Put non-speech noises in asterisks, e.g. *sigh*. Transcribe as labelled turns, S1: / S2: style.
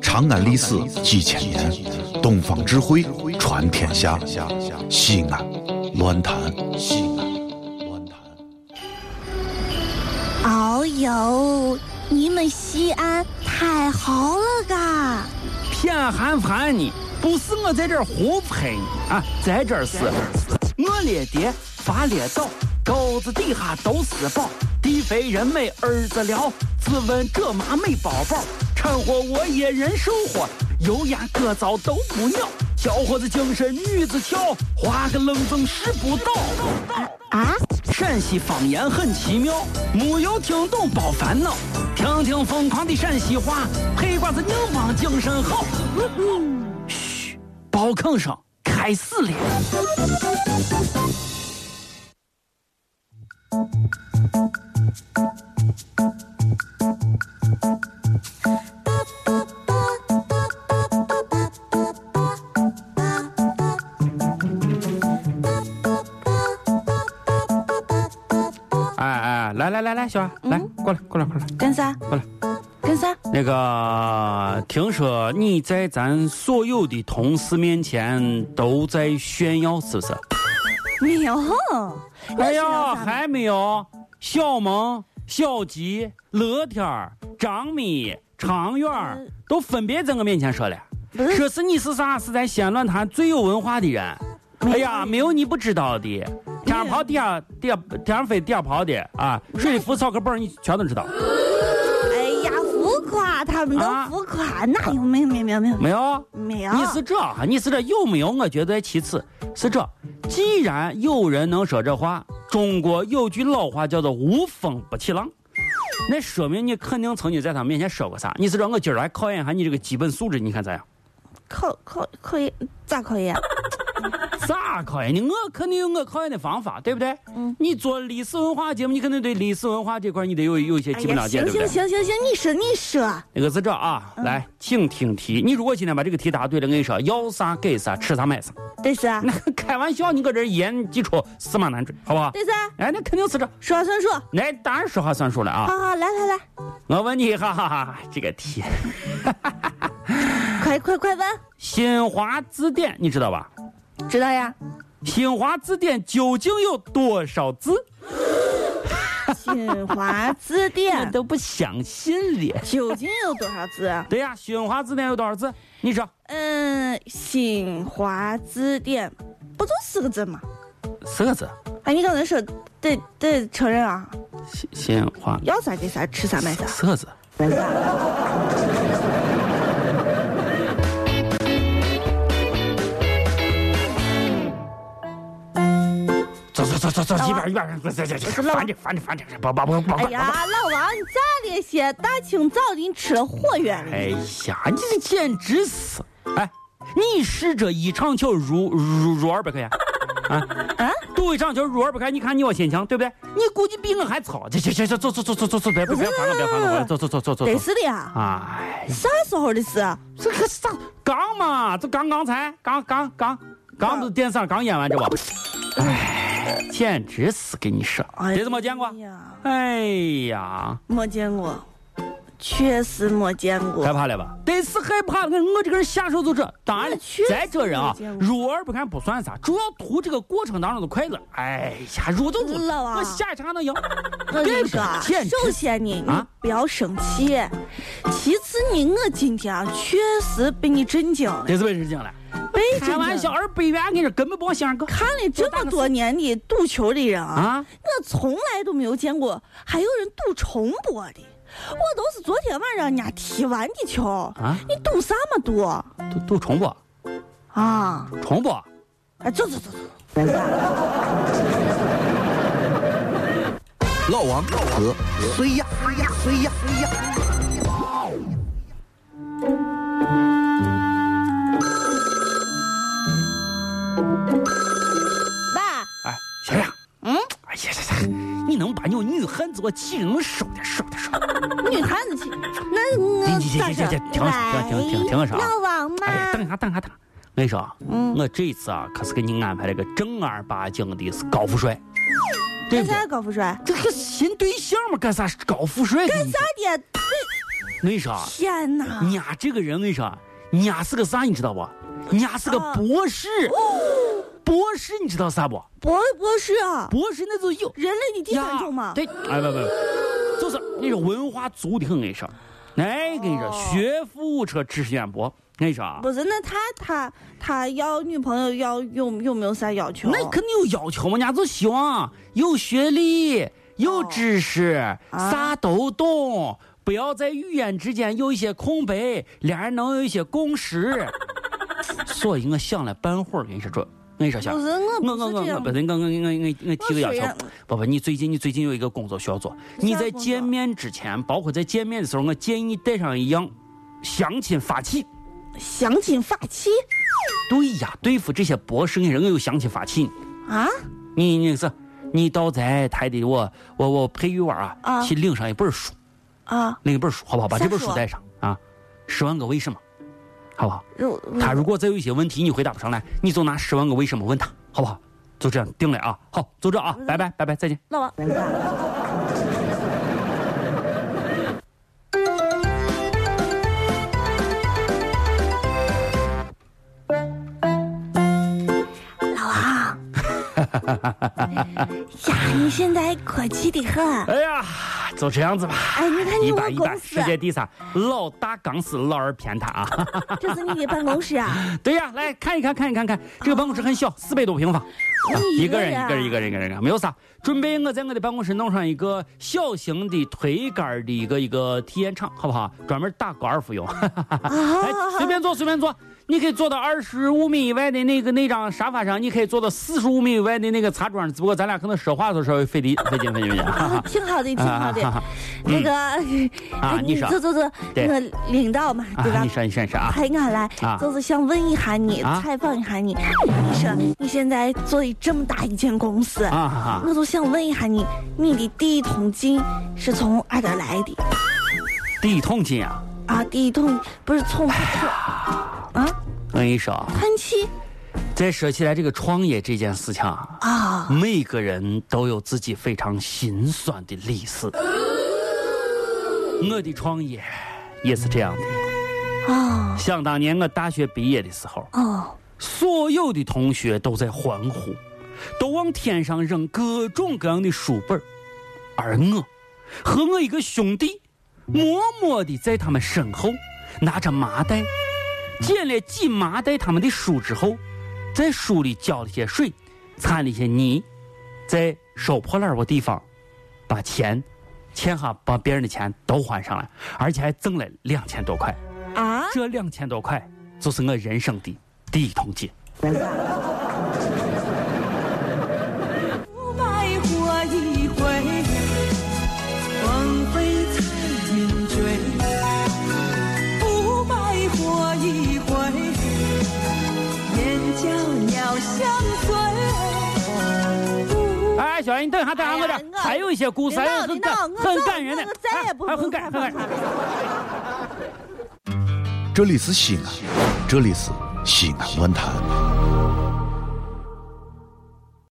S1: 长安历史几千年，东方智慧传天下。西安，乱谈西安，乱谈。
S2: 哦呦，你们西安太好了嘎！
S3: 偏寒寒你，不是我在这儿胡喷你啊，在这儿是，我列爹发列倒，沟子底下都是宝，地肥人美儿子了，自问这妈没宝宝，掺和我也人生活，油盐各糟都不尿，小伙子精神女子俏，花个愣风使不倒。
S2: 啊，
S3: 陕西方言很奇妙，没有听懂别烦恼，听听疯狂的陕西话，黑瓜子硬邦精神好。嘘，包坑声开始了。
S4: 哎哎，来来来来，小安，来过来过来过来
S5: 干啥？
S4: 过来。
S5: 干啥？
S4: 那个，听说你在咱所有的同事面前都在炫耀，是不是？
S5: 没有。
S4: 哎呀，
S5: 呀，还
S4: 还没有，小萌、小吉、乐天儿、张咪、常远儿都分别在我面前说了，
S5: 是
S4: 说是你是啥？是咱西安论坛最有文化的人。哎呀，没有你不知道的，天上跑地下地下天上飞地下跑的啊，水里浮草根本儿你全都知道。
S5: 哎呀，浮夸，他们都
S4: 啊
S5: 浮夸，哪有没有没有没有没有
S4: 没有，啊
S5: 没有？
S4: 你是这哈，你是这有没有？我觉得其次是这，既然有人能说这话，中国有句老话叫做无风不起浪，那说明你肯定曾经在他面前说过啥。你是这，我今儿来考验一下你这个基本素质，你看咋样？
S5: 考考考研咋考研？
S4: 咋考验你？我肯定有我考验的方法，对不对？
S5: 嗯
S4: 你做历史文化节目，你肯定对历史文化这块儿你得有有一些
S5: *laughs* 哎
S4: 基本
S5: 呀，
S4: 了解，
S5: 行
S4: 对不对
S5: 行？嗯行行行，你说你说，
S4: 那个是这啊，来，请听题。你如果今天把这个题答对了，我跟你说，要啥给啥，吃啥买 *laughs* 啥。
S5: 对啥？
S4: 那开玩笑，你搁这儿一言既出，驷马难追，好不好？
S5: 对啥？
S4: 哎，那肯定是这。
S5: 说算数。
S4: 那当然说话算数了啊！
S5: 好好，来来来，
S4: 我问你一下哈哈，这个题，《
S5: 快快快问，
S4: 新华字典》你知道吧？
S5: 知道呀？
S4: 《新华字典》究竟有多少字？
S5: 新华字 *laughs*
S4: 你们
S5: 典
S4: 都不相信了。
S5: 究竟有多少字？啊
S4: 对呀，《新华字典》有多少字？你说
S5: 嗯，新华字典不就四个字吗？
S4: 四个字。
S5: 哎，你刚才说得得承认啊，
S4: 新新华
S5: 要啥给啥，吃啥买啥。
S4: 四个字。走走走走走，一边一边，这这这烦着烦着烦着，不不不不
S5: 哎呀，老王，你咋的些？大清早的你吃了火药了？
S4: 哎呀，你这简直是！哎，你试着一场球入入入二百块钱， *laughs* 啊
S5: 啊，
S4: 赌一场球入二百块，你看你我心情对不对？你估计比我还糙。这这这这，走走走走走走，别别别烦了，别烦了，我走走走走走
S5: 得啊
S4: 走。
S5: 是的呀，
S4: 哎，
S5: 啥时候的事？啊
S4: 这个啥刚嘛，这刚刚才刚刚刚刚都电视上刚演完这不？哎，简直是跟你说，
S5: 哎
S4: 这是没见过
S5: 哎。呀，
S4: 哎呀，
S5: 没见过，确实没见
S4: 害
S5: 过。
S4: 怕了吧？得是害怕，我我这个人下手就这。当然了
S5: 那确实，
S4: 咱这人啊
S5: 没见，过
S4: 入而不看不算啥，主要图这个过程当中的快乐。哎呀，入就入，
S5: 老王
S4: 我下一场
S5: *laughs*
S4: 还能赢。
S5: 我跟你
S4: 这
S5: 说
S4: 个
S5: 啊，
S4: 简直
S5: 首先呢，你
S4: 啊
S5: 不要生气；其次呢，我今天啊，确实被你震惊了，
S4: 这是被人惊了，
S5: 被震
S4: 开
S5: 惊
S4: 玩笑，
S5: 了。
S4: 二百元跟着根本不往心上搁。
S5: 看了这么多年的赌球的人啊，
S4: 啊，
S5: 我从来都没有见过还有人赌重播的。我都是昨天晚上人家踢完的球，
S4: 啊
S5: 你赌啥么赌
S4: 都都重播，
S5: 啊？
S4: 重播。
S5: 哎，走走走走。
S1: 老王和谁呀？谁呀？谁呀？谁呀？
S5: 爸，
S4: 哎，小亮，嗯，哎呀呀呀，你能把你有女汉子我气人，能收点收点收点。
S5: 女汉子气，那我
S4: 行行行行行停停停停个啥
S5: 老王嘛，
S4: 哎，等一下，等一下，等一下。我跟你说啊，
S5: 嗯
S4: 我这一次啊，可是给你安排了个正儿八经的是高富帅，对
S5: 干
S4: 不对
S5: 啥？高富帅？
S4: 这个新对象嘛，干啥是高富帅？干
S5: 干啥的？
S4: 为啥？
S5: 天哪！
S4: 你呀这个人为啥？你呀是个啥？你知道不？你呀是个
S5: 啊哦
S4: 博士，博士你知道啥不？
S5: 博博士啊，
S4: 博士那就有
S5: 人类你地
S4: 呀
S5: 反重嘛？
S4: 对，哎不不，不就是那种文化足的很，我跟你说，哎跟你说，
S5: 哦
S4: 学富五车，知识渊博，我跟你说啊，
S5: 不是，那他他他要女朋友要有有没有啥要求？
S4: 那肯定有要求嘛，人家就希望有学历、有知识，
S5: 啊
S4: 啥、都懂，不要在语言之间有一些空白，俩人能有一些共识。所以我想了半会儿，跟你说这，跟你说想
S5: 不。是我
S4: 我
S5: 不
S4: 我
S5: 是
S4: 我
S5: 这
S4: 我
S5: 样
S4: 不是我我我我我提个要
S5: 我虽
S4: 求
S5: 然，
S4: 爸爸，你最近你最近有一个工作需要做，你在
S5: 工
S4: 见
S5: 作
S4: 面之前，包括在见面的时候，我建议带上一样相亲法器。
S5: 相亲发妻
S4: 对呀，对付这些博士，我跟你说我有相亲法器呢。
S5: 啊？
S4: 你你是你到咱台的我我我培育娃啊，
S5: 啊
S4: 去领上一本书，
S5: 啊，
S4: 领一本书好不好？把这本
S5: 啥
S4: 书
S5: 书啊
S4: 带上啊，《十万个为什么》，好不好？
S5: 如
S4: 他如果再有一些问题你回答不上来，你就拿《十万个为什么》问他，好不好？就这样定了啊，好，就这啊，拜拜拜拜，再见。
S5: 老王，
S2: 老王，呀，你现在可气的很。
S4: *laughs* 哎呀，就这样子吧。
S5: 啊哎，你看你
S4: 一
S5: 我
S4: 般一般，
S5: 公司啊
S4: 世，界第三，老大刚死，老二偏袒啊！
S5: 这是你的办公室
S4: *laughs*
S5: 啊？
S4: 对呀，来看一看，看一看，看这个办公室很小，四百多平方，啊
S5: 你
S4: 一
S5: 一
S4: 个
S5: 个
S4: 人
S5: 人
S4: 一个人一个人一个人，没有啥。准备我在我的办公室弄上一个小型的推杆儿的一个一个体验场，好不好？专门打高尔夫用。
S5: 啊
S4: 来，随便坐，随便坐。你可以坐到二十五米以外的那个那张沙发上，你可以坐到四十五米以外的那个茶桌上。只不过咱俩可能说话都稍微费力，费劲费劲费劲。
S5: 啊，挺好的，挺好的。
S4: 啊
S5: 那个，
S4: 啊
S5: 哎
S4: 你说
S5: 坐坐坐，
S4: 对
S5: 那个领导嘛，对吧
S4: 你？说你说你说啊
S5: 派俺来
S4: 啊，
S5: 就是想问一下你，
S4: 啊
S5: 采访一下你。你说你现在做的这么大一间公司，
S4: 啊哈哈！
S5: 我就想问一下你，你的第一桶金是从哪儿来的？
S4: 第一桶金啊，
S5: 啊，第一桶不是
S4: *laughs*
S5: 从啊，
S4: 我跟你说啊，
S5: 喷漆
S4: 再说起来这个创业这件事情啊，
S5: 啊，
S4: 每个人都有自己非常心酸的历史。我的创业也是这样的。
S5: 啊，
S4: 想当年我大学毕业的时候，
S5: 哦，
S4: 所有的同学都在欢呼，都往天上扔各种各样的书本儿而我和我一个兄弟，默默地在他们身后拿着麻袋，捡了几麻袋他们的书之后，在书里浇了些水，掺了些泥，在收破烂儿个地方把钱。欠下把别人的钱都还上来，而且还挣了两千多块。
S5: 啊，
S4: 这两千多块就是我人生的第一桶金。
S6: 白活一回，枉费彩云追。不白活一回，眼角鸟相随。不
S4: 哎，小燕，你等一下，等一下，我
S5: 哎呀
S4: 这
S5: 我
S4: 还有一些故事，
S5: 领
S4: 还有
S5: 导，
S4: 很
S5: 领
S4: 感
S5: 导，我
S4: 很感人的
S5: 我，再也不
S4: 哎哎很
S5: 不
S4: 感
S5: 采访
S4: 很
S5: 他
S4: 感人。
S5: 了。
S1: 这里是西安，这里是西安论坛。